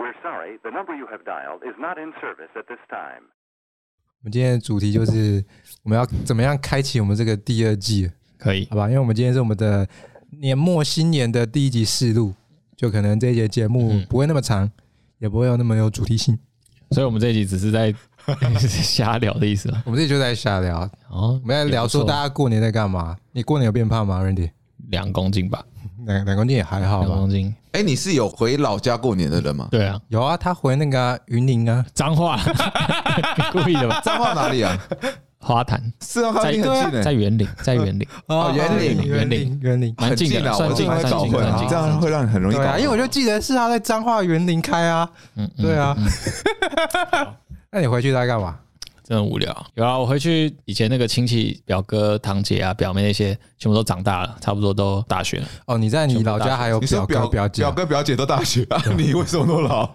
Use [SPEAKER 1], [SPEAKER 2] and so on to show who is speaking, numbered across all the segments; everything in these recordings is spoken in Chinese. [SPEAKER 1] We're sorry, the number you have dialed is not in service at this time.
[SPEAKER 2] 我们今天的主题就是我们要怎么样开启我们这个第二季，
[SPEAKER 3] 可以
[SPEAKER 2] 好吧？因为我们今天是我们的年末新年的第一集试录，就可能这一节节目
[SPEAKER 3] 嗯
[SPEAKER 2] 不会那么长，也不会有那么有主题性。
[SPEAKER 3] 所以我们这一集只 是在瞎聊的意思嘛。
[SPEAKER 2] 我们这集就在瞎聊，
[SPEAKER 3] 哦，
[SPEAKER 2] 我们在聊说大
[SPEAKER 3] 家
[SPEAKER 2] 家过年在干嘛？你过年有变胖吗，Randy？啊
[SPEAKER 3] 两公斤吧，
[SPEAKER 2] 两两公斤也还好
[SPEAKER 3] 两
[SPEAKER 2] 吧？
[SPEAKER 3] 公斤。
[SPEAKER 4] 哎、你是有回老家过年的人吗？
[SPEAKER 3] 对啊，
[SPEAKER 2] 有啊，他回那个啊云林啊，
[SPEAKER 3] 脏话， 故意的吧？
[SPEAKER 4] 彰化哪里 啊？
[SPEAKER 3] 花坛
[SPEAKER 4] 是啊，他
[SPEAKER 3] 在
[SPEAKER 4] 离很近
[SPEAKER 3] 在
[SPEAKER 4] 诶、
[SPEAKER 3] 园林，在 园林，
[SPEAKER 4] 哦园林
[SPEAKER 2] 园
[SPEAKER 3] 园
[SPEAKER 2] 林
[SPEAKER 3] 林
[SPEAKER 2] 园林。
[SPEAKER 3] 蛮
[SPEAKER 4] 很
[SPEAKER 3] 近的，
[SPEAKER 4] 啊，
[SPEAKER 3] 算
[SPEAKER 4] 我怎
[SPEAKER 3] 近
[SPEAKER 4] 么
[SPEAKER 3] 吧，
[SPEAKER 4] 会
[SPEAKER 3] 算
[SPEAKER 4] 搞
[SPEAKER 3] 近，
[SPEAKER 4] 混
[SPEAKER 3] 算
[SPEAKER 4] 啊？
[SPEAKER 3] 近，
[SPEAKER 4] 这样会让你很容易
[SPEAKER 2] 对
[SPEAKER 4] 搞混。
[SPEAKER 2] 啊，因为我就记得是他在彰化园林开啊。
[SPEAKER 3] 嗯，嗯
[SPEAKER 2] 对啊，嗯 那你回去在干嘛？
[SPEAKER 3] 真的无聊。有啊，我回去以前那个亲戚、表哥、堂姐啊、表妹那些，全部都长大了，差不多都大学了。
[SPEAKER 2] 哦，你在你老家还有
[SPEAKER 4] 你说
[SPEAKER 2] 表哥
[SPEAKER 4] 表
[SPEAKER 2] 表姐啊
[SPEAKER 4] 表，哥表姐都大学 啊，你为什么那么老？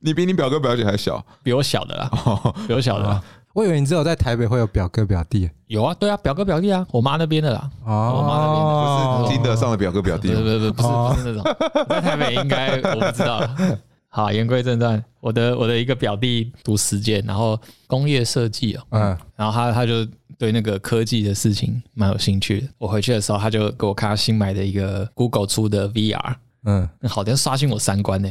[SPEAKER 4] 你比你表哥表姐还小
[SPEAKER 3] 比我小的啦，
[SPEAKER 4] 哦。
[SPEAKER 3] 比我小的啦。
[SPEAKER 2] 我以为你只有在台北会有表哥表弟
[SPEAKER 3] 有啊，对啊，表哥表弟啊，我妈那边的啦。我妈那边的
[SPEAKER 2] 哦，
[SPEAKER 4] 是金德上的表哥表弟
[SPEAKER 3] 不是
[SPEAKER 4] 吗
[SPEAKER 3] 不是不是
[SPEAKER 2] 哦
[SPEAKER 3] 不是那 种，在台北应该我不知道 了。好，言归正传，我的我的一个表弟读实践，然后工业设计哦，
[SPEAKER 2] 嗯，
[SPEAKER 3] 然后他他就对那个科技的事情蛮有兴趣的。我回去的时候，他就给我看他新买的一个 Google 出的 VR，
[SPEAKER 2] 嗯
[SPEAKER 3] 那好像刷新我 三观呢、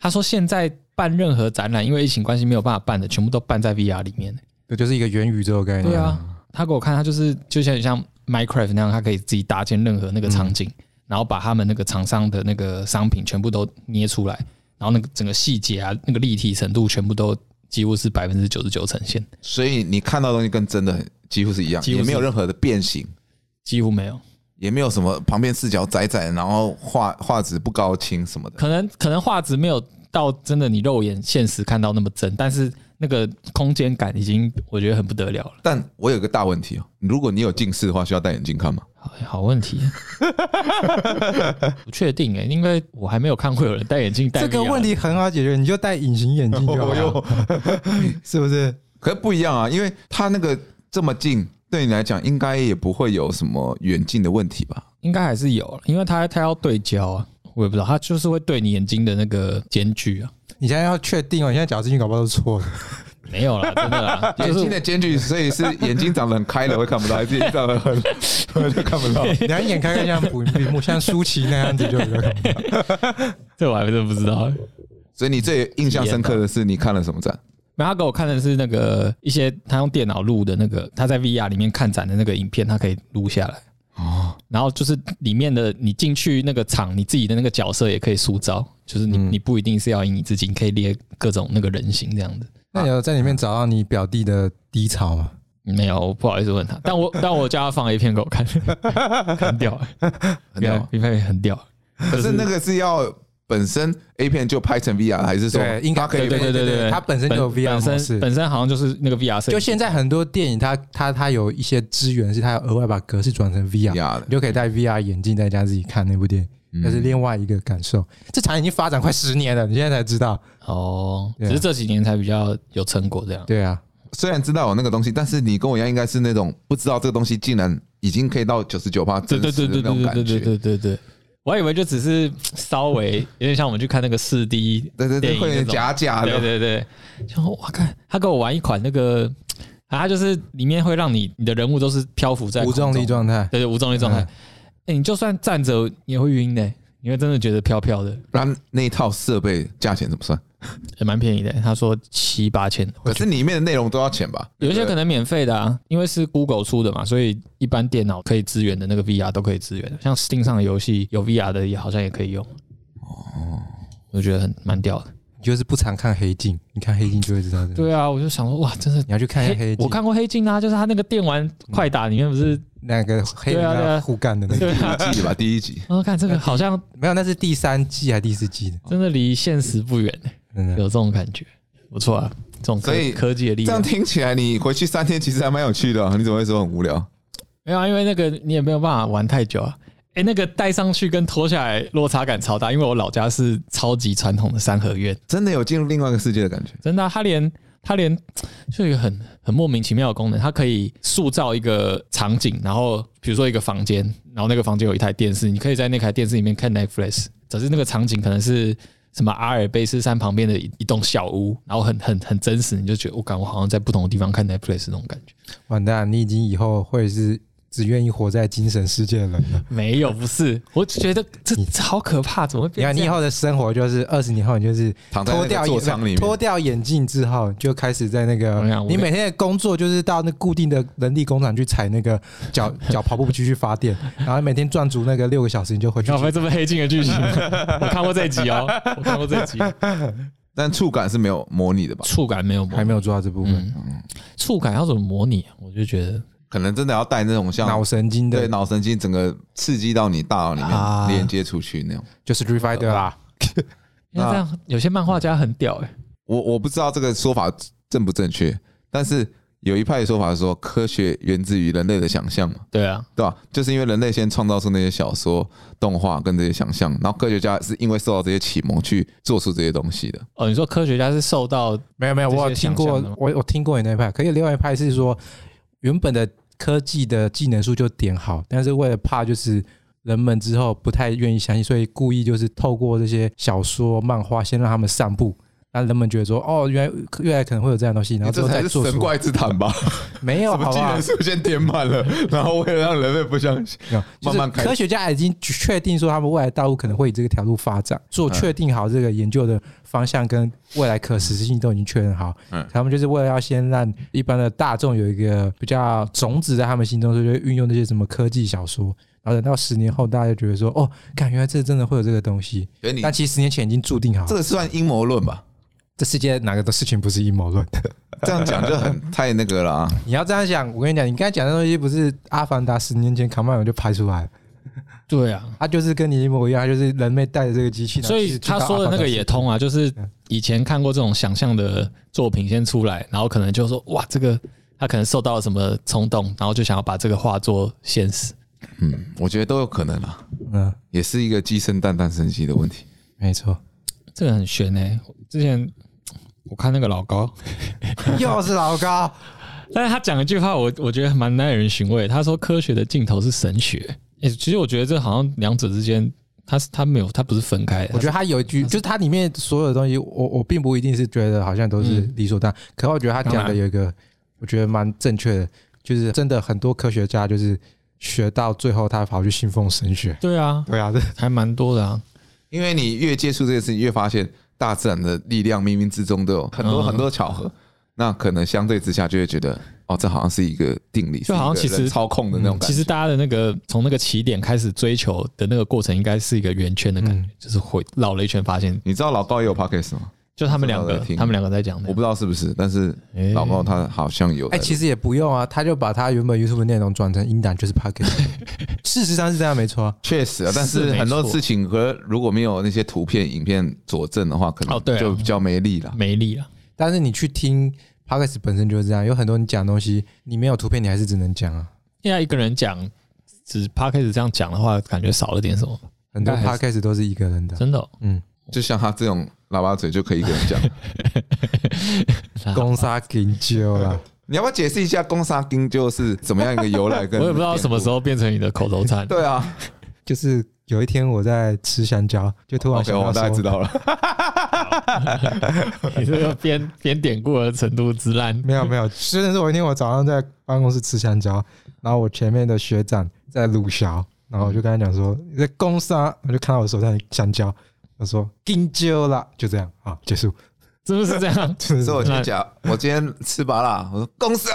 [SPEAKER 3] 他说现在办任何展览，因为疫情关系没有办法办的，全部都办在 VR 里面、
[SPEAKER 2] 这就是一个元宇宙的概念。
[SPEAKER 3] 对啊，，他给我看，他就是就像像 Minecraft 那样，他可以自己搭建任何那个场景，然后把他们那个厂商的那个商品全部都捏出来，然后那个整个细节啊，那个立体程度全部都几乎是百分之九十九呈现，
[SPEAKER 4] 所以你看到的东西跟真的很几乎是一样，
[SPEAKER 3] 几乎
[SPEAKER 4] 也
[SPEAKER 3] 是
[SPEAKER 4] 没有任何的变形，
[SPEAKER 3] 几乎没有。
[SPEAKER 4] 也没有什么旁边视角窄窄，然后画画质不高清什么的。
[SPEAKER 3] 可能可能画质没有到真的你肉眼现实看到那么真，但是那个空间感已经我觉得很不得了了。
[SPEAKER 4] 但我有个大问题哦，如果你有近视的话，需要戴眼镜看吗？
[SPEAKER 3] 好哎好问 题，不确定哎、因为我还没有看过有人戴眼镜戴
[SPEAKER 2] 这个
[SPEAKER 3] VR
[SPEAKER 2] 问题很好解决，你就戴隐形眼镜就好
[SPEAKER 4] 我
[SPEAKER 2] 了，是不是？
[SPEAKER 4] 可是不一样啊，因为它那个这么近，对你来讲应该也不会有什么远近的问题吧？
[SPEAKER 3] 应该还是有，因为他他要对焦啊，我也不知道，他就是会对你眼睛的那个间距啊，
[SPEAKER 2] 你现在要确定哦，你现在矫正你搞不好都错了。
[SPEAKER 3] 没有啦，真的 啦，就
[SPEAKER 4] 眼睛
[SPEAKER 3] 是
[SPEAKER 4] 的间距，所以是眼睛长得很开的会看不到，还是眼睛长得很就看不到？
[SPEAKER 2] 你要眼开开像屏屏幕，像舒淇那样子就有了。
[SPEAKER 3] 这我还真不知道。欸
[SPEAKER 4] 所以你最印象深刻的是你看了什么展？
[SPEAKER 3] 没有，他给我看的是那个一些他用电脑录的那个，他在 VR 里面看展的那个影片，他可以录下来。哦，然后就是里面的你进去那个场，你自己的那个角色也可以塑造，就是你、你不一定是要以你自己，你可以列各种那个人形这样子。
[SPEAKER 2] 那你有在里面找到你表弟的低潮吗？
[SPEAKER 3] 没有，我不好意思问他，但我但我叫他放 A 片给我 看，很屌，
[SPEAKER 4] 很屌
[SPEAKER 3] ，A 片很屌。
[SPEAKER 4] 可是那个是要本身 A 片就拍成 VR，还是说
[SPEAKER 2] 对应该
[SPEAKER 4] 它可以
[SPEAKER 3] 对对对对对，
[SPEAKER 2] 它本身就有 VR 模
[SPEAKER 3] 本
[SPEAKER 2] 式
[SPEAKER 3] 身本身好像就是那个 VR 设计
[SPEAKER 2] 就现在很多电影它，它它有一些资源是它有额外把格式转成 VR，
[SPEAKER 4] VR 的
[SPEAKER 2] 你就可以戴 VR 眼镜在家自己看那部电影，那、是另外一个感受。这产业已经发展快十年了，你现在才知道。
[SPEAKER 3] 哦，
[SPEAKER 2] 对啊
[SPEAKER 3] 只是这几年才比较有成果这样。
[SPEAKER 2] 对啊，
[SPEAKER 4] 虽然知道有那个东西，但是你跟我一样，应该是那种不知道这个东西竟然已经可以到九十九趴
[SPEAKER 3] 对
[SPEAKER 4] 真
[SPEAKER 3] 对
[SPEAKER 4] 实
[SPEAKER 3] 对
[SPEAKER 4] 的
[SPEAKER 3] 对
[SPEAKER 4] 那种
[SPEAKER 3] 对对
[SPEAKER 4] 感
[SPEAKER 3] 对
[SPEAKER 4] 觉。
[SPEAKER 3] 对对对，我还以为就只是稍微有点像我们去看那个四 D
[SPEAKER 4] 对对
[SPEAKER 3] 电
[SPEAKER 4] 对，
[SPEAKER 3] 影
[SPEAKER 4] 会
[SPEAKER 3] 那种
[SPEAKER 4] 假假
[SPEAKER 3] 对
[SPEAKER 4] 的，
[SPEAKER 3] 对对，就我看他给我玩一款那个，啊，他就是里面会让你你的人物都是漂浮在
[SPEAKER 2] 无
[SPEAKER 3] 空中
[SPEAKER 2] 重力，状态，
[SPEAKER 3] 对对无重力状态。
[SPEAKER 2] 嗯
[SPEAKER 3] 哎、你就算站着你也会晕的、你会真的觉得飘飘的，
[SPEAKER 4] 那那一套设备价钱怎么算？
[SPEAKER 3] 也蛮便宜的、他说七八千，
[SPEAKER 4] 可是里面的内容都要钱吧？
[SPEAKER 3] 有一些
[SPEAKER 4] 对不
[SPEAKER 3] 可
[SPEAKER 4] 对
[SPEAKER 3] 能免费的啊，因为是 Google 出的嘛，所以一般电脑可以支援的那个 VR 都可以支援，像 Steam 上的游戏有 VR 的也好像也可以用。哦，我觉得很蛮屌的。
[SPEAKER 2] 你就是不常看黑镜，你看黑镜就会知道的。
[SPEAKER 3] 对啊，我就想说，哇，真的
[SPEAKER 2] 你要去看一下黑镜，
[SPEAKER 3] 我看过黑镜啊，就是他那个电玩快打里面不是，
[SPEAKER 2] 那个黑人
[SPEAKER 3] 对啊对啊
[SPEAKER 2] 要互干的那个，
[SPEAKER 3] 对 啊，
[SPEAKER 4] 第一集吧，第一集。
[SPEAKER 3] 我看这个好像
[SPEAKER 2] 没有，那是第三季还是第四季的？
[SPEAKER 3] 真的离现实不远、欸
[SPEAKER 2] 真的
[SPEAKER 3] 有这种感觉，不错啊，这种科
[SPEAKER 4] 所以
[SPEAKER 3] 科技的力
[SPEAKER 4] 这样
[SPEAKER 3] 量。
[SPEAKER 4] 听起来，你回去三天其实还蛮有趣的、啊，你怎么会说很无聊？
[SPEAKER 3] 没有、啊，因为那个你也没有办法玩太久啊。哎、那个戴上去跟脱下来落差感超大，因为我老家是超级传统的三合院。
[SPEAKER 4] 真的有进入另外一个世界的感觉。
[SPEAKER 3] 真的啊、它连它连就有一个很很莫名其妙的功能，它可以塑造一个场景，然后比如说一个房间，然后那个房间有一台电视，你可以在那台电视里面看 Netflix，只是那个场景可能是什么阿尔卑斯山旁边的一一栋小屋，然后很很很真实，你就觉得我感我好像在不同的地方看 Netflix 那种感觉。
[SPEAKER 2] 完蛋，你已经以后会是只愿意活在精神世界的人了。
[SPEAKER 3] 没有，不是，我觉得这这好可怕，怎么会
[SPEAKER 2] 你
[SPEAKER 3] 变
[SPEAKER 2] 看，
[SPEAKER 3] 这
[SPEAKER 2] 你以
[SPEAKER 3] 样？
[SPEAKER 2] 后的生活就是二十年后，你就是
[SPEAKER 4] 躺在那
[SPEAKER 2] 脱
[SPEAKER 4] 个
[SPEAKER 2] 掉
[SPEAKER 4] 座
[SPEAKER 2] 眼
[SPEAKER 4] 舱里面
[SPEAKER 2] 脱掉眼镜之后，就开始在那个
[SPEAKER 3] 哎呀我
[SPEAKER 2] 你每天的工作就是到那固定的人力工厂去踩那个 脚脚跑步机去发电，然后每天赚足那个六个小时，你就回去
[SPEAKER 3] 要。不这么黑镜的剧情？ 我看过这一集哦，我看过这一集，
[SPEAKER 4] 但触感是没有模拟的吧？
[SPEAKER 3] 触感没有模
[SPEAKER 2] 还
[SPEAKER 3] 拟，
[SPEAKER 2] 没有做到这部分，
[SPEAKER 3] 嗯触感要怎么模拟？啊我就觉得
[SPEAKER 4] 可能真的要带那种像
[SPEAKER 2] 脑神经
[SPEAKER 4] 对
[SPEAKER 2] 的
[SPEAKER 4] 脑神经整个刺激到你大脑里
[SPEAKER 2] 啊
[SPEAKER 4] 面连接出去那种。
[SPEAKER 2] 就是 Refider 啦。
[SPEAKER 3] 那这样有些漫画家很屌哎、
[SPEAKER 4] 我我不知道这个说法正不正确，但是有一派的说法是说科学源自于人类的想象嘛。
[SPEAKER 3] 对啊，
[SPEAKER 4] 对吧、就是因为人类先创造出那些小说、动画跟这些想象，然后科学家是因为受到这些启蒙去做出这些东西的。
[SPEAKER 3] 哦，你说科学家是受到
[SPEAKER 2] 没有没有，
[SPEAKER 3] 这些
[SPEAKER 2] 我有听过
[SPEAKER 3] 想象的吗，
[SPEAKER 2] 我我听过你那一派，可以另外一派是说，原本的科技的技能数就点好，但是为了怕就是人们之后不太愿意相信，所以故意就是透过这些小说、漫画先让他们散布，让人们觉得说，哦，原来未来可能会有这样的东西，然后之
[SPEAKER 4] 这
[SPEAKER 2] 后
[SPEAKER 4] 才
[SPEAKER 2] 再
[SPEAKER 4] 是
[SPEAKER 2] 做
[SPEAKER 4] 神
[SPEAKER 2] 出来。
[SPEAKER 4] 怪之谈吧？
[SPEAKER 2] 没 有，
[SPEAKER 4] 什
[SPEAKER 2] 好
[SPEAKER 4] 么
[SPEAKER 2] 不
[SPEAKER 4] 技
[SPEAKER 2] 好
[SPEAKER 4] 能？数先填 满了，然后为了让人类不相信，
[SPEAKER 2] 没有就是
[SPEAKER 4] 慢慢开始
[SPEAKER 2] 科学家已经确定说他们未来道路可能会以这个条路发展，
[SPEAKER 4] 嗯
[SPEAKER 2] 做确定好这个研究的方向跟未来可实施性都已经确认好。
[SPEAKER 4] 嗯
[SPEAKER 2] 他们就是为了要先让一般的大众有一个比较种子在他们心中，所以就运用那些什么科技小说。然后等到十年后，大家就觉得说，哦，感原来这真的会有这个东西。
[SPEAKER 4] 所以你
[SPEAKER 2] 但其实十年前已经注定好，
[SPEAKER 4] 这
[SPEAKER 2] 这
[SPEAKER 4] 个算阴谋论吧？
[SPEAKER 2] 这世界哪个的事情不是阴谋 论？
[SPEAKER 4] 这样讲就很太那个了啊！
[SPEAKER 2] 你要这样想，我跟你讲，你刚才讲的东西不是《阿凡达》十年前卡麦隆就拍出来了，
[SPEAKER 3] 对啊，
[SPEAKER 2] 他就是跟你一模一样，他就是人类带着这个机器。
[SPEAKER 3] 所以他说的那个也通啊，就是以前看过这种想象的作品先出来，然后可能就说哇，这个他可能受到了什么冲动，然后就想要把这个画作现实。
[SPEAKER 4] 嗯，我觉得都有可能啊，
[SPEAKER 2] 嗯，
[SPEAKER 4] 也是一个鸡生蛋，蛋生鸡的问题。
[SPEAKER 2] 没错，
[SPEAKER 3] 这个很悬哎、之前我看那个老高，
[SPEAKER 2] 又是老高，
[SPEAKER 3] 但是他讲一句话我，我觉得蛮耐人寻味。他说科学的尽头是神学。诶、其实我觉得这好像两者之间，他是他没有，他不是分开的。
[SPEAKER 2] 我觉得他有一句，就是他里面所有的东西，我我并不一定是觉得好像都是理所当然，可我觉得他讲
[SPEAKER 3] 当
[SPEAKER 2] 的
[SPEAKER 3] 然
[SPEAKER 2] 有一个，我觉得蛮正确的，就是真的很多科学家就是学到最后，他跑去信奉神学。
[SPEAKER 3] 对啊，
[SPEAKER 2] 对啊，这
[SPEAKER 3] 还蛮多的啊。
[SPEAKER 4] 因为你越接触这个事情，越发现大自然的力量冥冥之中都有很多
[SPEAKER 3] 嗯
[SPEAKER 4] 很多巧合。那可能相对之下就会觉得，哦，这好像是一个定理，
[SPEAKER 3] 就好像
[SPEAKER 4] 是一个人
[SPEAKER 3] 其实嗯
[SPEAKER 4] 操控的那种感觉。
[SPEAKER 3] 其实大家的那个从那个起点开始追求的那个过程，应该是一个圆圈的感
[SPEAKER 4] 嗯
[SPEAKER 3] 觉，就是回绕了一圈，发现
[SPEAKER 4] 你知道老高也有 podcast 吗？
[SPEAKER 3] 就他们两
[SPEAKER 4] 我
[SPEAKER 3] 个
[SPEAKER 4] 在听，
[SPEAKER 3] 他们两个在讲的
[SPEAKER 4] 我。不知道是不是，但是老高他好像有。
[SPEAKER 2] 哎、其实也不用啊，他就把他原本 YouTube 的内容转成音档，就是 p o c k e t 事实上是这样，没错啊。
[SPEAKER 4] 确实啊，但
[SPEAKER 3] 是
[SPEAKER 4] 是
[SPEAKER 3] 没
[SPEAKER 4] 很多
[SPEAKER 3] 错
[SPEAKER 4] 事情和如果没有那些图片、影片佐证的话，可
[SPEAKER 3] 哦
[SPEAKER 4] 能
[SPEAKER 3] 对啊
[SPEAKER 4] 就比较没力了。
[SPEAKER 3] 没力啊，
[SPEAKER 2] 但是你去听 p o c k e t 本身就是这样，有很多你讲的东西，你没有图片，你还是只能讲啊。
[SPEAKER 3] 现在一个人讲，只 p a r k 这样讲的话，感觉少了点什么，
[SPEAKER 2] 很多
[SPEAKER 3] 应该
[SPEAKER 2] p o
[SPEAKER 3] 还
[SPEAKER 2] c k e t 都是一个人的，
[SPEAKER 3] 真的哦、
[SPEAKER 2] 嗯，
[SPEAKER 4] 就像他这种喇叭嘴就可以跟人 讲。
[SPEAKER 2] 攻杀研究啦。
[SPEAKER 4] 你要不要解释一下“公沙丁”就是怎么样一个由来？跟
[SPEAKER 3] 我也不知道什么时
[SPEAKER 4] 候。
[SPEAKER 3] 候变成你的口头禅。
[SPEAKER 4] 对啊
[SPEAKER 2] 就是有一天我在吃香蕉，就突然
[SPEAKER 4] ，OK，
[SPEAKER 2] 想
[SPEAKER 4] 我
[SPEAKER 2] 到
[SPEAKER 4] 哦大概
[SPEAKER 2] 说
[SPEAKER 4] 知道了。
[SPEAKER 3] 你这个编编典故的程度之烂，
[SPEAKER 2] 没有没有，真的是我一天我早上在办公室吃香蕉，然后我前面的学长在鲁小，然后我就跟他讲说你在攻杀，我就看到我手上的香蕉，我说金蕉啦，就这样啊，结束。
[SPEAKER 3] 真的是这样。
[SPEAKER 4] 所以我 就讲，我今天吃拔辣，我说“公沙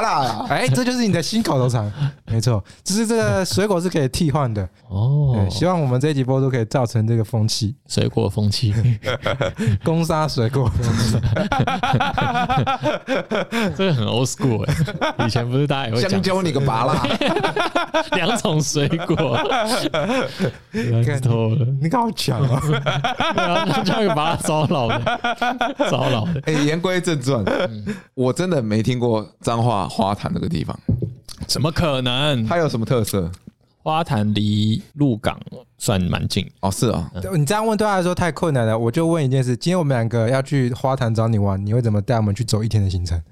[SPEAKER 4] 辣啊
[SPEAKER 2] 哎，这就是你的新口头禅，没错，就是这个水果是可以替换的。
[SPEAKER 3] 哦
[SPEAKER 2] 对，，希望我们这一集播出可以造成这个风气，
[SPEAKER 3] 水果风 气，
[SPEAKER 2] 攻杀水果风气。
[SPEAKER 3] 这个很 old school 哎、以前不是大家也”，会讲
[SPEAKER 4] 香蕉你个拔辣，
[SPEAKER 3] 两种水果， 烂透了。
[SPEAKER 2] 你好强啊！
[SPEAKER 3] 对啊，这样把他骚扰的， 骚扰的。
[SPEAKER 4] 哎、言归正传， 我真的没听过彰化花坛这个地方，
[SPEAKER 3] 怎么可能？
[SPEAKER 4] 它有什么特色？
[SPEAKER 3] 花坛离鹿港算蛮近，
[SPEAKER 4] 哦，是啊、哦，
[SPEAKER 2] 你这样问对他来说太困难了。我就问一件事：今天我们两个要去花坛找你玩，你会怎么带我们去走一天的行程？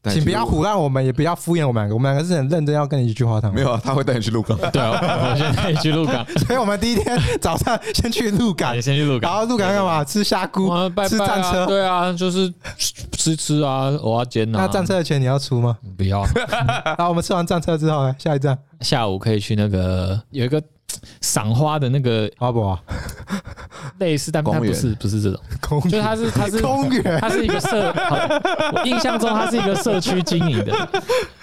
[SPEAKER 4] 带你
[SPEAKER 2] 请
[SPEAKER 4] 去
[SPEAKER 2] 不要
[SPEAKER 4] 录
[SPEAKER 2] 胡乱我们，也不要敷衍我们两个，我们两个是很认真要跟你去聚花堂。
[SPEAKER 4] 没有，啊，他会带你去鹿港。
[SPEAKER 3] 对，我我现在去鹿 港，
[SPEAKER 2] 所以哎我们第一天早上先去鹿港
[SPEAKER 3] 你，哎先去鹿
[SPEAKER 2] 然
[SPEAKER 3] 港。
[SPEAKER 2] 后鹿港干嘛？吃虾菇
[SPEAKER 3] 啊，拜
[SPEAKER 2] 吃
[SPEAKER 3] 拜
[SPEAKER 2] 战
[SPEAKER 3] 啊！
[SPEAKER 2] 车。
[SPEAKER 3] 对啊，就是吃吃吃啊，蚵仔煎啊。
[SPEAKER 2] 那战车的钱你要出吗？
[SPEAKER 3] 不要，
[SPEAKER 2] 然后我们吃
[SPEAKER 3] 嗯
[SPEAKER 2] 完战车之后呢，哎下一站
[SPEAKER 3] 下午可以去那个有一个赏花的那个
[SPEAKER 2] 花博 啊
[SPEAKER 3] 类似，但它
[SPEAKER 4] 公园
[SPEAKER 3] 不是不是这种，
[SPEAKER 2] 公
[SPEAKER 3] 就是
[SPEAKER 2] 园，
[SPEAKER 3] 它是它是
[SPEAKER 2] 公园
[SPEAKER 3] 它是一个社，好我印象中它是一个社区经营的，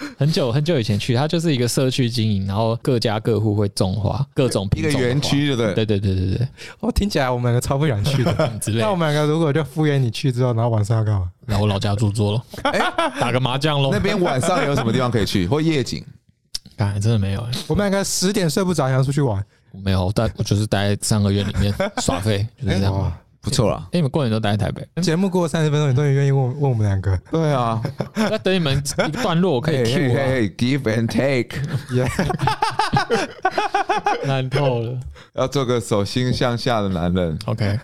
[SPEAKER 3] 很久很久以前去，它就是一个社区经营，然后各家各户会种花，各种品
[SPEAKER 4] 一个
[SPEAKER 3] 种的
[SPEAKER 4] 园
[SPEAKER 3] 花，
[SPEAKER 4] 区，对不对？
[SPEAKER 3] 对对对对对
[SPEAKER 2] 我哦听起来我们两个超不想去的。
[SPEAKER 3] 之类
[SPEAKER 2] 那我
[SPEAKER 3] 的。嗯
[SPEAKER 2] 们两个如果就敷衍你去之后，然后晚上要干嘛？
[SPEAKER 3] 然后我老家住桌了，打个麻将喽
[SPEAKER 4] 哎那。边晚上有什么地方可以去，或夜景？
[SPEAKER 3] 哎，真的没有、欸，
[SPEAKER 2] 我们两个十点睡不着，想要出去玩。
[SPEAKER 3] 我没有，我待我就是待在三个月里面耍 废，就是这样。哎、
[SPEAKER 2] 哇
[SPEAKER 4] 不 错啦。
[SPEAKER 3] 你们过年都待在台 北，
[SPEAKER 2] 哎节目过三十分钟，你终于愿意问问我们两个，
[SPEAKER 4] 对啊，
[SPEAKER 3] 那等你们一个段落我可
[SPEAKER 4] 哎
[SPEAKER 3] 以 Q 啊，
[SPEAKER 4] 以 give and take，
[SPEAKER 2] 耶、
[SPEAKER 3] 烂透了。
[SPEAKER 4] 要做个手心向下的男人，
[SPEAKER 3] OK，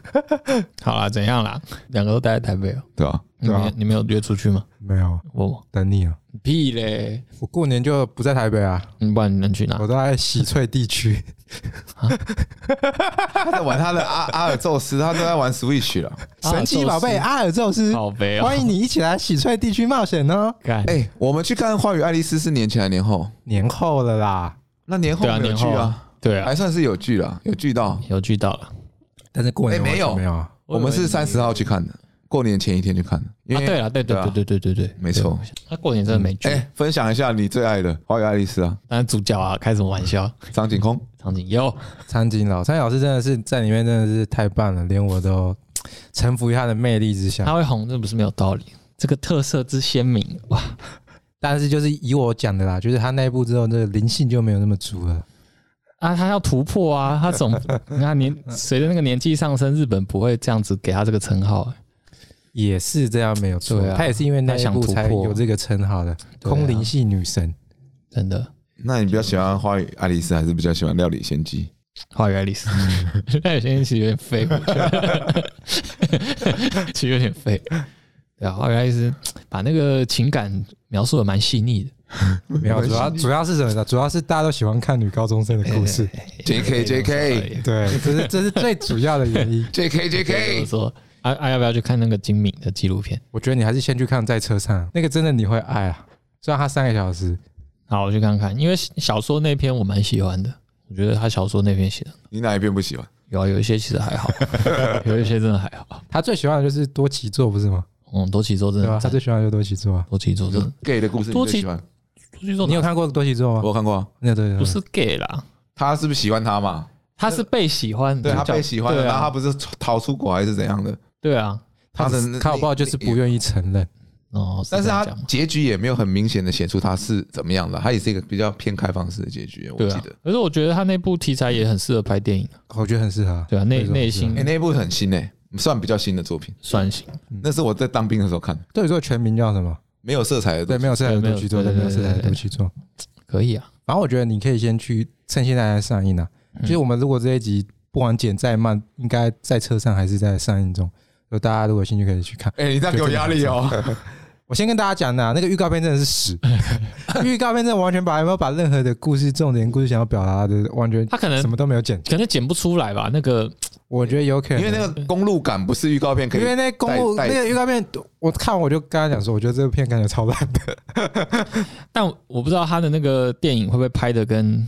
[SPEAKER 3] 好啦，怎样啦？两个都待在台北哦、
[SPEAKER 4] 对吧？
[SPEAKER 3] 你
[SPEAKER 2] 对啊
[SPEAKER 3] 们你们有约出去吗？
[SPEAKER 2] 没有
[SPEAKER 3] 我
[SPEAKER 2] 等你啊！
[SPEAKER 3] 屁嘞！
[SPEAKER 2] 我过年就不在台北啊，
[SPEAKER 3] 你嗯不然你能去哪
[SPEAKER 2] 我？都在喜翠地区。
[SPEAKER 4] 他在玩他的阿阿尔宙斯，他都在玩 Switch 了。
[SPEAKER 3] 阿尔宙斯
[SPEAKER 2] 神奇宝贝阿尔宙斯，
[SPEAKER 3] 好悲哦
[SPEAKER 2] 欢迎你一起来喜翠地区冒险哦！
[SPEAKER 3] 干
[SPEAKER 4] 哎、我们去看《花与爱丽丝》是年前还是年后？
[SPEAKER 2] 年后了啦，
[SPEAKER 4] 那年后
[SPEAKER 3] 对啊，
[SPEAKER 4] 没有
[SPEAKER 3] 年
[SPEAKER 4] 去
[SPEAKER 3] 后
[SPEAKER 4] 啊，，
[SPEAKER 3] 对啊
[SPEAKER 4] 还，算是有聚啦，有聚到。
[SPEAKER 3] 有聚到了。
[SPEAKER 2] 但是过年
[SPEAKER 4] 哎没有
[SPEAKER 2] 完全没有啊，
[SPEAKER 4] 我们是三十号去看的，过年前一天去看的。因
[SPEAKER 3] 啊，
[SPEAKER 4] 为
[SPEAKER 3] 对了，对对
[SPEAKER 4] 对啊
[SPEAKER 3] 对对对对对，
[SPEAKER 4] 没错。
[SPEAKER 3] 他过年真的没聚
[SPEAKER 4] 哎、，分享一下你最爱的《花与爱丽丝》啊，
[SPEAKER 3] 但是主角啊，开什么玩笑？
[SPEAKER 4] 张景空。
[SPEAKER 3] 场景有
[SPEAKER 4] 嗯
[SPEAKER 2] 苍井老苍井老师真的是在里面真的是太棒了，连我都臣服于他的魅力之下。
[SPEAKER 3] 他会红，这不是没有道理。这个特色之鲜明哇！
[SPEAKER 2] 但是就是以我讲的啦，就是他那一部之后，那个灵性就没有那么足了。
[SPEAKER 3] 啊，他要突破啊！他 总你看年随着那个年纪上升，日本不会这样子给他这个称号、欸
[SPEAKER 2] 也是这样没有错，
[SPEAKER 3] 对啊
[SPEAKER 2] 他也是因为那一部
[SPEAKER 3] 她想
[SPEAKER 2] 才
[SPEAKER 3] 突破
[SPEAKER 2] 有这个称号的
[SPEAKER 3] 对啊
[SPEAKER 2] 空灵系女神。
[SPEAKER 3] 真的。
[SPEAKER 4] 那你比较喜欢《花与爱丽丝》，还是比较喜欢《料理仙姬》？
[SPEAKER 3] 花与爱丽丝， 那有些人其实有点废，我觉得其实有点废。对啊，花与爱丽丝把那个情感描述的蛮细腻的。
[SPEAKER 2] 没有，主要主要是什么呢？主要是大家都喜欢看女高中生的故事，
[SPEAKER 3] 哎
[SPEAKER 2] 对，
[SPEAKER 4] JK。
[SPEAKER 2] 这是这是最主要的原因
[SPEAKER 4] J
[SPEAKER 3] 哎
[SPEAKER 4] K J
[SPEAKER 3] 我说啊啊，要不要去看那个金敏的纪录片？
[SPEAKER 2] 我觉得你还是先去看《在车上》，那个真的你会爱啊。虽然它三个小时，
[SPEAKER 3] 好，我去看看，因为小说那篇我蛮喜欢的，我觉得他小说那篇写的
[SPEAKER 4] 你哪一边不喜欢？
[SPEAKER 3] 有啊，有一些其实还 好，有一些真的还好。
[SPEAKER 2] 他最喜欢的就是多崎作，不是吗？
[SPEAKER 3] 嗯，多奇做真
[SPEAKER 2] 对
[SPEAKER 3] 的
[SPEAKER 2] 吧？他
[SPEAKER 3] 赞，
[SPEAKER 2] 最喜欢的就是多崎作啊。
[SPEAKER 3] 多奇做真的，
[SPEAKER 4] gay 的故事你
[SPEAKER 3] 多
[SPEAKER 4] 最
[SPEAKER 3] 奇
[SPEAKER 4] 喜欢？
[SPEAKER 3] 多奇做
[SPEAKER 2] 你有
[SPEAKER 3] 哪
[SPEAKER 2] 看过多崎作
[SPEAKER 4] 我
[SPEAKER 2] 吗？
[SPEAKER 4] 有看过、啊，
[SPEAKER 2] 那对，对
[SPEAKER 3] 不是 gay 啦，
[SPEAKER 4] 他是不是喜欢他嘛？
[SPEAKER 3] 他是被喜欢，
[SPEAKER 4] 对他
[SPEAKER 3] 主角
[SPEAKER 4] 被喜欢了，
[SPEAKER 3] 对
[SPEAKER 4] 然后他
[SPEAKER 3] 啊，
[SPEAKER 4] 不是逃出国还是怎样的？
[SPEAKER 3] 对啊，
[SPEAKER 2] 他
[SPEAKER 4] 他的
[SPEAKER 2] 只
[SPEAKER 4] 那
[SPEAKER 2] 是他好不好就是不愿意承认。
[SPEAKER 3] 哦，
[SPEAKER 4] 但是
[SPEAKER 3] 这样
[SPEAKER 4] 他
[SPEAKER 3] 讲吗
[SPEAKER 4] 结局也没有很明显的写出他是怎么样的，他也是一个比较偏开放式的结局，我
[SPEAKER 3] 对
[SPEAKER 4] 记
[SPEAKER 3] 啊
[SPEAKER 4] 得。，
[SPEAKER 3] 可是我觉得他那部题材也很适合拍电影，
[SPEAKER 2] 我觉得很适合啊。
[SPEAKER 3] 对啊，内
[SPEAKER 2] 为什么
[SPEAKER 3] 内
[SPEAKER 4] 哎、
[SPEAKER 3] 心
[SPEAKER 4] 那一部很新诶、算比较新的作品，
[SPEAKER 3] 算行，
[SPEAKER 4] 那是我在当兵的时候看的，
[SPEAKER 2] 多崎作全名叫什么？
[SPEAKER 4] 没有色彩的作
[SPEAKER 2] 对，
[SPEAKER 4] 品。
[SPEAKER 2] 没有色彩的
[SPEAKER 3] 对没有
[SPEAKER 2] 多崎作，对，
[SPEAKER 3] 对对
[SPEAKER 2] 没有色彩的
[SPEAKER 3] 对对
[SPEAKER 2] 多崎作。
[SPEAKER 3] 可以啊，
[SPEAKER 2] 反正我觉得你可以先去趁现在来上映啊。
[SPEAKER 3] 嗯
[SPEAKER 2] 其实我们如果这一集不管剪再慢，应该在车上还是在上映中。就大家如果有兴趣可以去看。
[SPEAKER 4] 哎、你这样给我压力哦、
[SPEAKER 2] 我先跟大家讲的啊、那个预告片真的是 屎，预告片真的完全把有没有把任何的故事重点、故事想要表达的完全
[SPEAKER 3] 他可能
[SPEAKER 2] 什么都没有剪。
[SPEAKER 3] 可能剪不出来吧，那个
[SPEAKER 2] 我觉得有可能，
[SPEAKER 4] 因为那个公路感不是预告片可以
[SPEAKER 2] 因为那公路
[SPEAKER 4] 带
[SPEAKER 2] 那
[SPEAKER 4] 带
[SPEAKER 2] 个预告片，我看我就跟他讲说，我觉得这个片感觉超烂的。
[SPEAKER 3] 但我不知道他的那个电影会不会拍的跟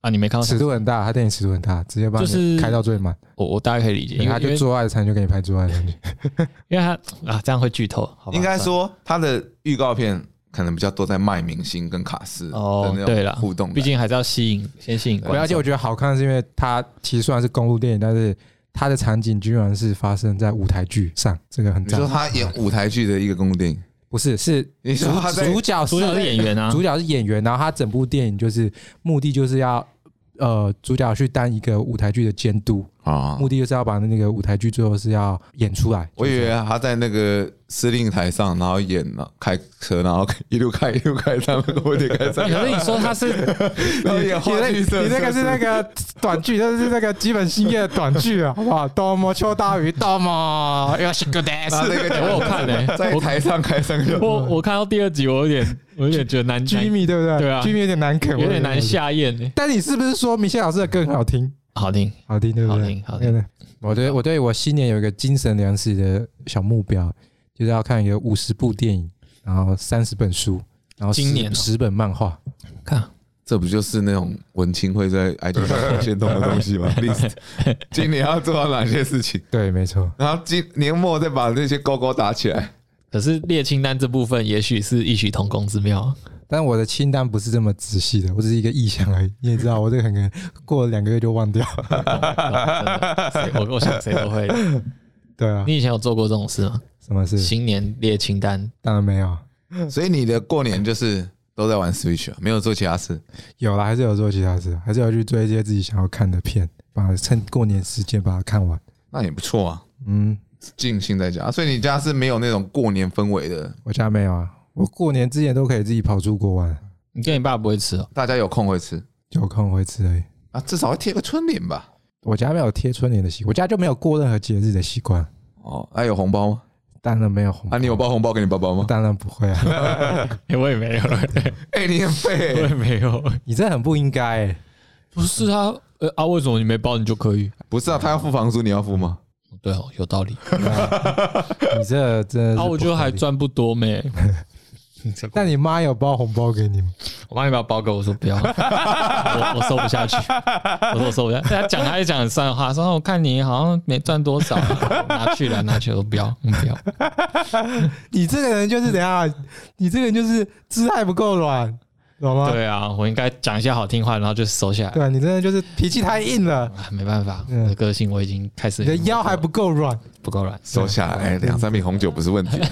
[SPEAKER 3] 啊，你没看到
[SPEAKER 2] 尺度很大，他电影尺度很大，直接把
[SPEAKER 3] 就是
[SPEAKER 2] 你开到最满，
[SPEAKER 3] 我我大概可以理解，因为
[SPEAKER 2] 他
[SPEAKER 3] 因
[SPEAKER 2] 就
[SPEAKER 3] 为
[SPEAKER 2] 做爱的餐就给你拍做爱的餐去。
[SPEAKER 3] 因为他啊这样会剧透，好吧
[SPEAKER 4] 应该
[SPEAKER 3] 算了
[SPEAKER 4] 说他的预告片可能比较多在卖明星跟卡司的
[SPEAKER 3] 哦
[SPEAKER 4] 那，
[SPEAKER 3] 对
[SPEAKER 4] 种
[SPEAKER 3] 了，
[SPEAKER 4] 互动感，
[SPEAKER 3] 毕竟还是要吸引先吸引
[SPEAKER 4] 啊
[SPEAKER 2] 对，而
[SPEAKER 3] 观
[SPEAKER 2] 且我觉
[SPEAKER 3] 众，
[SPEAKER 2] 得好看是因为它其实虽然是公路电影，但是它的场景居然是发生在舞台剧上，这个很
[SPEAKER 4] 你
[SPEAKER 2] 赞
[SPEAKER 4] 说。他演舞台剧的一个公路电影，
[SPEAKER 2] 不是，是
[SPEAKER 4] 你说他在
[SPEAKER 2] 主角是
[SPEAKER 3] 主角是演员啊，
[SPEAKER 2] 主角是演员，然后他整部电影就是目的就是要呃主角去当一个舞台剧的监督，
[SPEAKER 4] 啊。
[SPEAKER 2] 目的就是要把那个舞台剧最后是要演出来。
[SPEAKER 4] 我以为他在那个司令台上，然后演了开车，然后一路开一路开，他们我得开车，
[SPEAKER 3] 可是你说他是
[SPEAKER 4] 然后演
[SPEAKER 2] 你
[SPEAKER 4] 话
[SPEAKER 2] 那，
[SPEAKER 4] 剧社，
[SPEAKER 2] 你那个是那个短剧，那是那个基本新业的短剧啊，好不好？多么秋刀鱼，多么要是啊个 d a
[SPEAKER 4] 那个
[SPEAKER 3] 我有看嘞、
[SPEAKER 4] 在台上开三个，
[SPEAKER 3] 我我看到第二集，我有点我有点觉得难
[SPEAKER 2] j i m 对不对？
[SPEAKER 3] 对啊
[SPEAKER 2] j i m 有点难啃，
[SPEAKER 3] 有点
[SPEAKER 2] 我觉
[SPEAKER 3] 难
[SPEAKER 2] 得。
[SPEAKER 3] 下咽、欸。
[SPEAKER 2] 但你是不是说米谢老师的歌很好听？
[SPEAKER 3] 好听，
[SPEAKER 2] 好听，对不对？
[SPEAKER 3] 好听好
[SPEAKER 2] 对
[SPEAKER 3] 听
[SPEAKER 2] 不对。我对我对我新年有一个精神粮食的小目标，就是要看有五十部电影，然后三十本书，然后
[SPEAKER 3] 今年哦
[SPEAKER 2] 十本漫画。
[SPEAKER 3] 看
[SPEAKER 4] 这不就是那种文青会在 IG 上出现动的东西 吗？list，今年要做到哪些事情？
[SPEAKER 2] 对，没错。
[SPEAKER 4] 然后今年末再把那些勾勾打起来。
[SPEAKER 3] 可是列清单这部分，也许是异曲同工之 妙。
[SPEAKER 2] 但我的清单不是这么仔细的，我只是一个意向而已。你也知道，我这个很可能过了两个月就忘掉了。
[SPEAKER 3] 谁我我想谁都会。
[SPEAKER 2] 对啊，
[SPEAKER 3] 你以前有做过这种事吗？
[SPEAKER 2] 什么事？
[SPEAKER 3] 新年列清单，
[SPEAKER 2] 当然没有，
[SPEAKER 4] 所以你的过年就是都在玩 Switch，啊没有做其他事。
[SPEAKER 2] 有啦，还是有做其他事，还是有去追一些自己想要看的片，把趁过年时间把它看完。
[SPEAKER 4] 那也不错啊，
[SPEAKER 2] 嗯，
[SPEAKER 4] 尽兴在家。所以你家是没有那种过年氛围的，
[SPEAKER 2] 我家没有啊，我过年之前都可以自己跑出国玩，
[SPEAKER 3] 你跟你爸不会吃哦？
[SPEAKER 4] 大家有空会吃
[SPEAKER 2] 有空会吃而已。
[SPEAKER 4] 啊，至少会贴个春联吧。
[SPEAKER 2] 我家没有贴春联的习，我家就没有过任何节日的习惯。
[SPEAKER 4] 哦，啊有红包吗？
[SPEAKER 2] 当然没有红包，
[SPEAKER 4] 啊，你有包红包给你爸爸 吗？
[SPEAKER 2] 当然不会啊，
[SPEAKER 3] 哎、我也没有，
[SPEAKER 4] 哎、你很
[SPEAKER 3] 我
[SPEAKER 4] 废、
[SPEAKER 3] 也没有。
[SPEAKER 2] 你这很不应该、欸。
[SPEAKER 3] 不是啊，呃啊，为什么你没包你就可以？
[SPEAKER 4] 不是啊，他要付房租，你要付吗？
[SPEAKER 3] 对哦，有 道理。
[SPEAKER 2] 你这真的是
[SPEAKER 3] 啊，我觉得还
[SPEAKER 2] 不合理
[SPEAKER 3] 赚不多没。
[SPEAKER 2] 但你妈有包红包给你吗？
[SPEAKER 3] 我妈你把包给我，我说不要， 我我收不下去，我说我收不 下。他讲他也讲很算话，说哦我看你好像没赚多少、 拿去了拿去了，我不要，嗯不要。
[SPEAKER 2] 你这个人就是怎样？你这个人就是姿态不够软，懂吗？
[SPEAKER 3] 对 啊，我应该讲一些好听话，然后就收下来。
[SPEAKER 2] 对啊，你真的就是脾气太硬了，
[SPEAKER 3] 啊，没办法，
[SPEAKER 2] 嗯
[SPEAKER 3] 我的个性我已经开始
[SPEAKER 2] 你的腰还不够软，
[SPEAKER 3] 不够软。
[SPEAKER 4] 收下来
[SPEAKER 3] 嗯
[SPEAKER 4] 两三瓶红酒不是问题。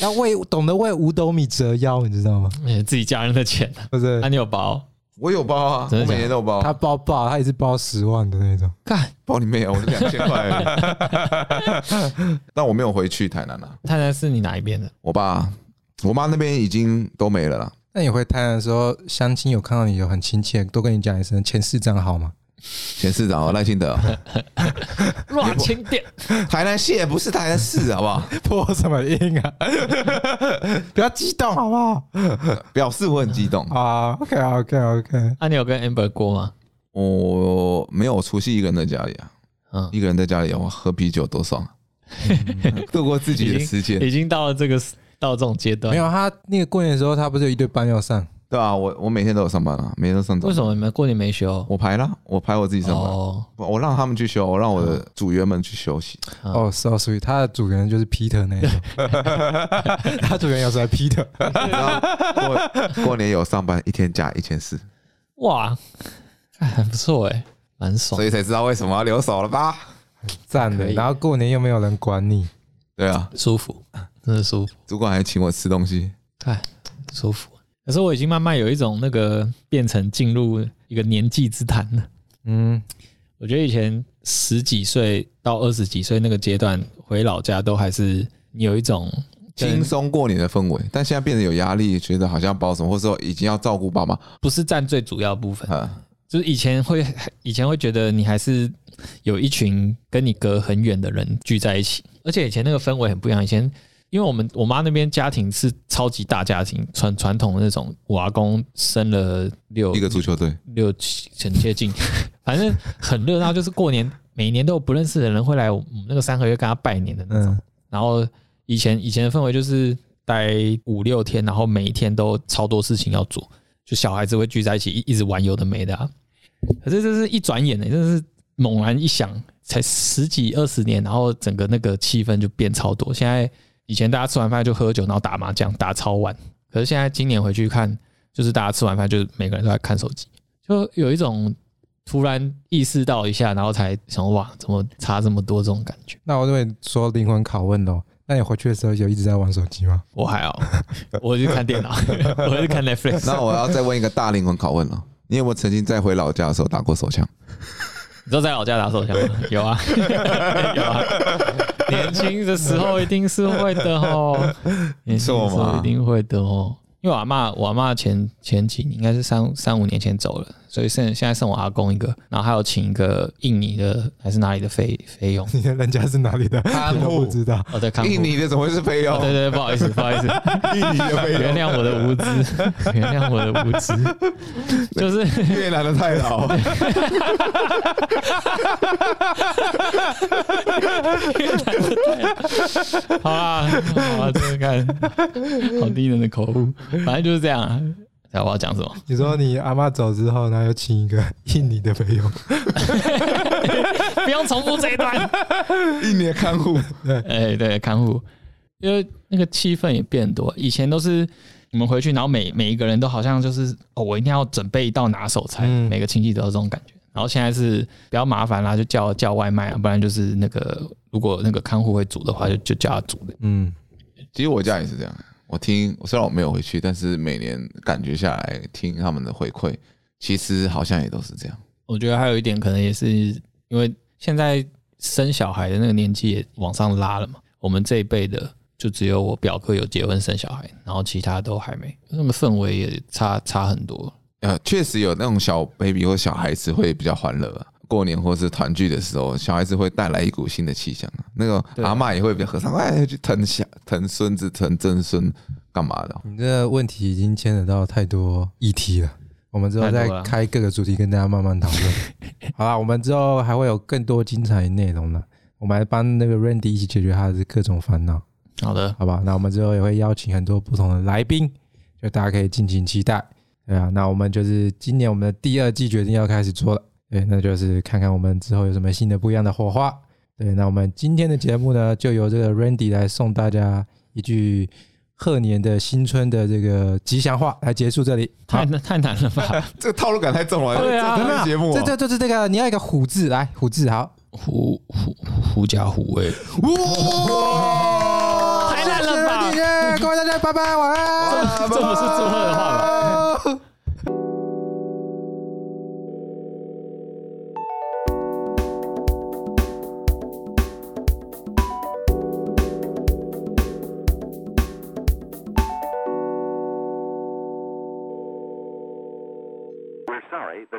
[SPEAKER 2] 要为懂得为五斗米折腰，你知道吗？
[SPEAKER 3] 哎自己家人的钱啊，
[SPEAKER 2] 不是
[SPEAKER 3] 啊，，你有包？
[SPEAKER 4] 我有包啊，我
[SPEAKER 3] 真的假的
[SPEAKER 4] 每年都有包。
[SPEAKER 2] 他包爆，他也是包十万的那种。
[SPEAKER 3] 干，
[SPEAKER 4] 包你妹啊！我是两千 块而已，但我没有回去台南啊。
[SPEAKER 3] 太太是你哪一 边的？
[SPEAKER 4] 我爸、我妈那边已经都没了啦。
[SPEAKER 2] 那你回台南的时候，相亲有看到你有很亲切，都跟你讲一声前四张好吗？
[SPEAKER 4] 前市长哦赖清德哦，
[SPEAKER 3] 乱清点，
[SPEAKER 4] 台南县不是台南市，好不好？
[SPEAKER 2] 破什么音 啊？不要激动好不好？
[SPEAKER 4] 表示我很激动。
[SPEAKER 2] 啊，OK OK OK，
[SPEAKER 3] 啊，你有跟 Amber 过吗？
[SPEAKER 4] 我没有除夕一个人在家里啊，
[SPEAKER 3] 嗯，
[SPEAKER 4] 一个人在家里啊我喝啤酒多 爽啊，度过自己的时间，
[SPEAKER 3] 已经到了这个到这种阶段，
[SPEAKER 2] 没有他那个过年的时候，他不是有一对班要上？
[SPEAKER 4] 对啊，我我每天都有上班啊，每天都上早
[SPEAKER 3] 为
[SPEAKER 4] 班。
[SPEAKER 3] 什么你们过年没休？
[SPEAKER 4] 我排啦，我排我自己上班，
[SPEAKER 3] 哦，
[SPEAKER 4] 我让他们去休，我让我的组员们去休息。
[SPEAKER 3] 啊
[SPEAKER 2] 哦，so sweet，他的主人就是 Peter 那一种， 他主人有时候 Peter，
[SPEAKER 4] 过过年有上班，一天假一千四，
[SPEAKER 3] 哇，哎还不错哎，蛮爽
[SPEAKER 4] 所。以才知道为什么要留守了吧？
[SPEAKER 2] 赞
[SPEAKER 3] 可
[SPEAKER 2] 的。
[SPEAKER 3] 以
[SPEAKER 2] 然后过年又没有人管你，
[SPEAKER 4] 对啊，
[SPEAKER 3] 舒服，真的舒服，
[SPEAKER 4] 主管还请我吃东西，
[SPEAKER 3] 哎，舒服。可是我已经慢慢有一种那个变成进入一个年纪之谈了。
[SPEAKER 2] 嗯，
[SPEAKER 3] 我觉得以前十几岁到二十几岁那个阶段回老家，都还是你有一种
[SPEAKER 4] 轻松过年的氛围。但现在变得有压力，觉得好像包什么，或者说已经要照顾爸妈
[SPEAKER 3] 不是占最主要部分，
[SPEAKER 4] 啊。
[SPEAKER 3] 就是以前会 以前会觉得你还是有一群跟你隔很远的人聚在一起，而且以前那个氛围很不一样。以前因为我们我妈那边家庭是超级大家庭，传传统的那种，我阿公生了六
[SPEAKER 4] 一个足球队，
[SPEAKER 3] 六七很接近， 反正很热闹，就是过年每年都有不认识的人会来我们那个三合院跟他拜年的那种。
[SPEAKER 2] 嗯
[SPEAKER 3] 然后以前以前的氛围就是待五六天，然后每一天都超多事情要做，就小孩子会聚在一起一一直玩有的没的、啊。可是这是一转眼呢、真的是猛然一想，才十几二十年，然后整个那个气氛就变超多。现在以前大家吃完饭就喝酒，然后打麻将打超晚，可是现在今年回去看，就是大家吃完饭就是每个人都在看手机，就有一种。突然意识到一下，然后才想哇，怎么差这么多这种感觉。
[SPEAKER 2] 那我就会说灵魂拷问喽。那你回去的时候有一直在玩手机吗？
[SPEAKER 3] 我还 好，我是看 电脑，我是看 Netflix。
[SPEAKER 4] 那我要再问一个大灵魂拷问了：你有没有曾经在回老家的时候打过手枪？
[SPEAKER 3] 你都在老家打手枪吗？ 有啊，有啊。年轻的时候一定是会的哦，年轻的时候一定会的哦。因为我阿妈，我阿妈前前几年应该是三三五年前走了，所以剩现在剩我阿公一个，然后还有请一个印尼的还是哪里的菲菲佣，
[SPEAKER 2] 你的人家是哪里的？
[SPEAKER 4] 看
[SPEAKER 2] 你都不
[SPEAKER 4] 护
[SPEAKER 2] 知道。
[SPEAKER 3] 哦对，看护
[SPEAKER 4] 印尼的怎么会是菲佣？
[SPEAKER 3] 哦对对，对不好意思，不好意思，
[SPEAKER 4] 印尼的菲
[SPEAKER 3] 原
[SPEAKER 4] 佣，
[SPEAKER 3] 谅我的无知，原谅我的无知，就是
[SPEAKER 4] 越南的太老，
[SPEAKER 3] 好啦，好啦，真的看，好低能的口误，反正就是这样啊。哎，我要讲什么？
[SPEAKER 2] 你说你阿妈走之后，然后又请一个印尼的朋友，
[SPEAKER 3] 不用重复这一段。
[SPEAKER 4] 印尼的看护，
[SPEAKER 3] 哎，对，看护，因为那个气氛也变多。以前都是你们回去，然后每每一个人都好像就是哦，我一定要准备一道拿手菜，
[SPEAKER 2] 嗯
[SPEAKER 3] 每个亲戚都有这种感觉。然后现在是比较麻烦啦，就叫叫外卖啊，不然就是那个如果那个看护会煮的话，就就叫他煮的。
[SPEAKER 2] 嗯，
[SPEAKER 4] 其实我家也是这样。我听，虽然我没有回去，但是每年感觉下来听他们的回馈，其实好像也都是这样。
[SPEAKER 3] 我觉得还有一点可能也是因为现在生小孩的那个年纪也往上拉了嘛，我们这一辈的就只有我表哥有结婚生小孩，然后其他都还没，那个氛围也差差很多。
[SPEAKER 4] 呃，确实有那种小 baby 或小孩子会比较欢乐啊。过年或是团聚的时候，小孩子会带来一股新的气象啊。那个
[SPEAKER 3] 对
[SPEAKER 4] 阿嬷也会比较和尚，哎，去疼小疼孙子、疼曾孙，干嘛的？
[SPEAKER 2] 你这个问题已经牵扯到太多议题了，我们之后
[SPEAKER 3] 太
[SPEAKER 2] 再
[SPEAKER 3] 多了
[SPEAKER 2] 开各个主题跟大家慢慢讨论。好啦，我们之后还会有更多精彩的内容呢，我们来帮那个 Randy 一起解决他的各种烦恼，
[SPEAKER 3] 好的，
[SPEAKER 2] 好吧？那我们之后也会邀请很多不同的来宾，就大家可以敬请期待。对啊，那我们就是今年我们的第二季决定要开始做了，对，那就是看看我们之后有什么新的不一样的火花。对，那我们今天的节目呢，就由这个 Randy 来送大家一句贺年的新春的这个吉祥话，来结束这里。
[SPEAKER 3] 太难太难了吧？
[SPEAKER 4] 这个套路感太重了，
[SPEAKER 3] 对啊
[SPEAKER 4] 这这节目
[SPEAKER 2] 这
[SPEAKER 4] 哦
[SPEAKER 2] 这就是这个，你要一个虎字来，虎字好，
[SPEAKER 3] 狐狐狐假虎威，
[SPEAKER 4] 哇，
[SPEAKER 3] 太烂
[SPEAKER 2] 谢
[SPEAKER 3] 了吧
[SPEAKER 2] 谢 Randy，耶各位大家拜拜，晚安。
[SPEAKER 3] 这不是智慧的话吧？
[SPEAKER 1] We're sorry, the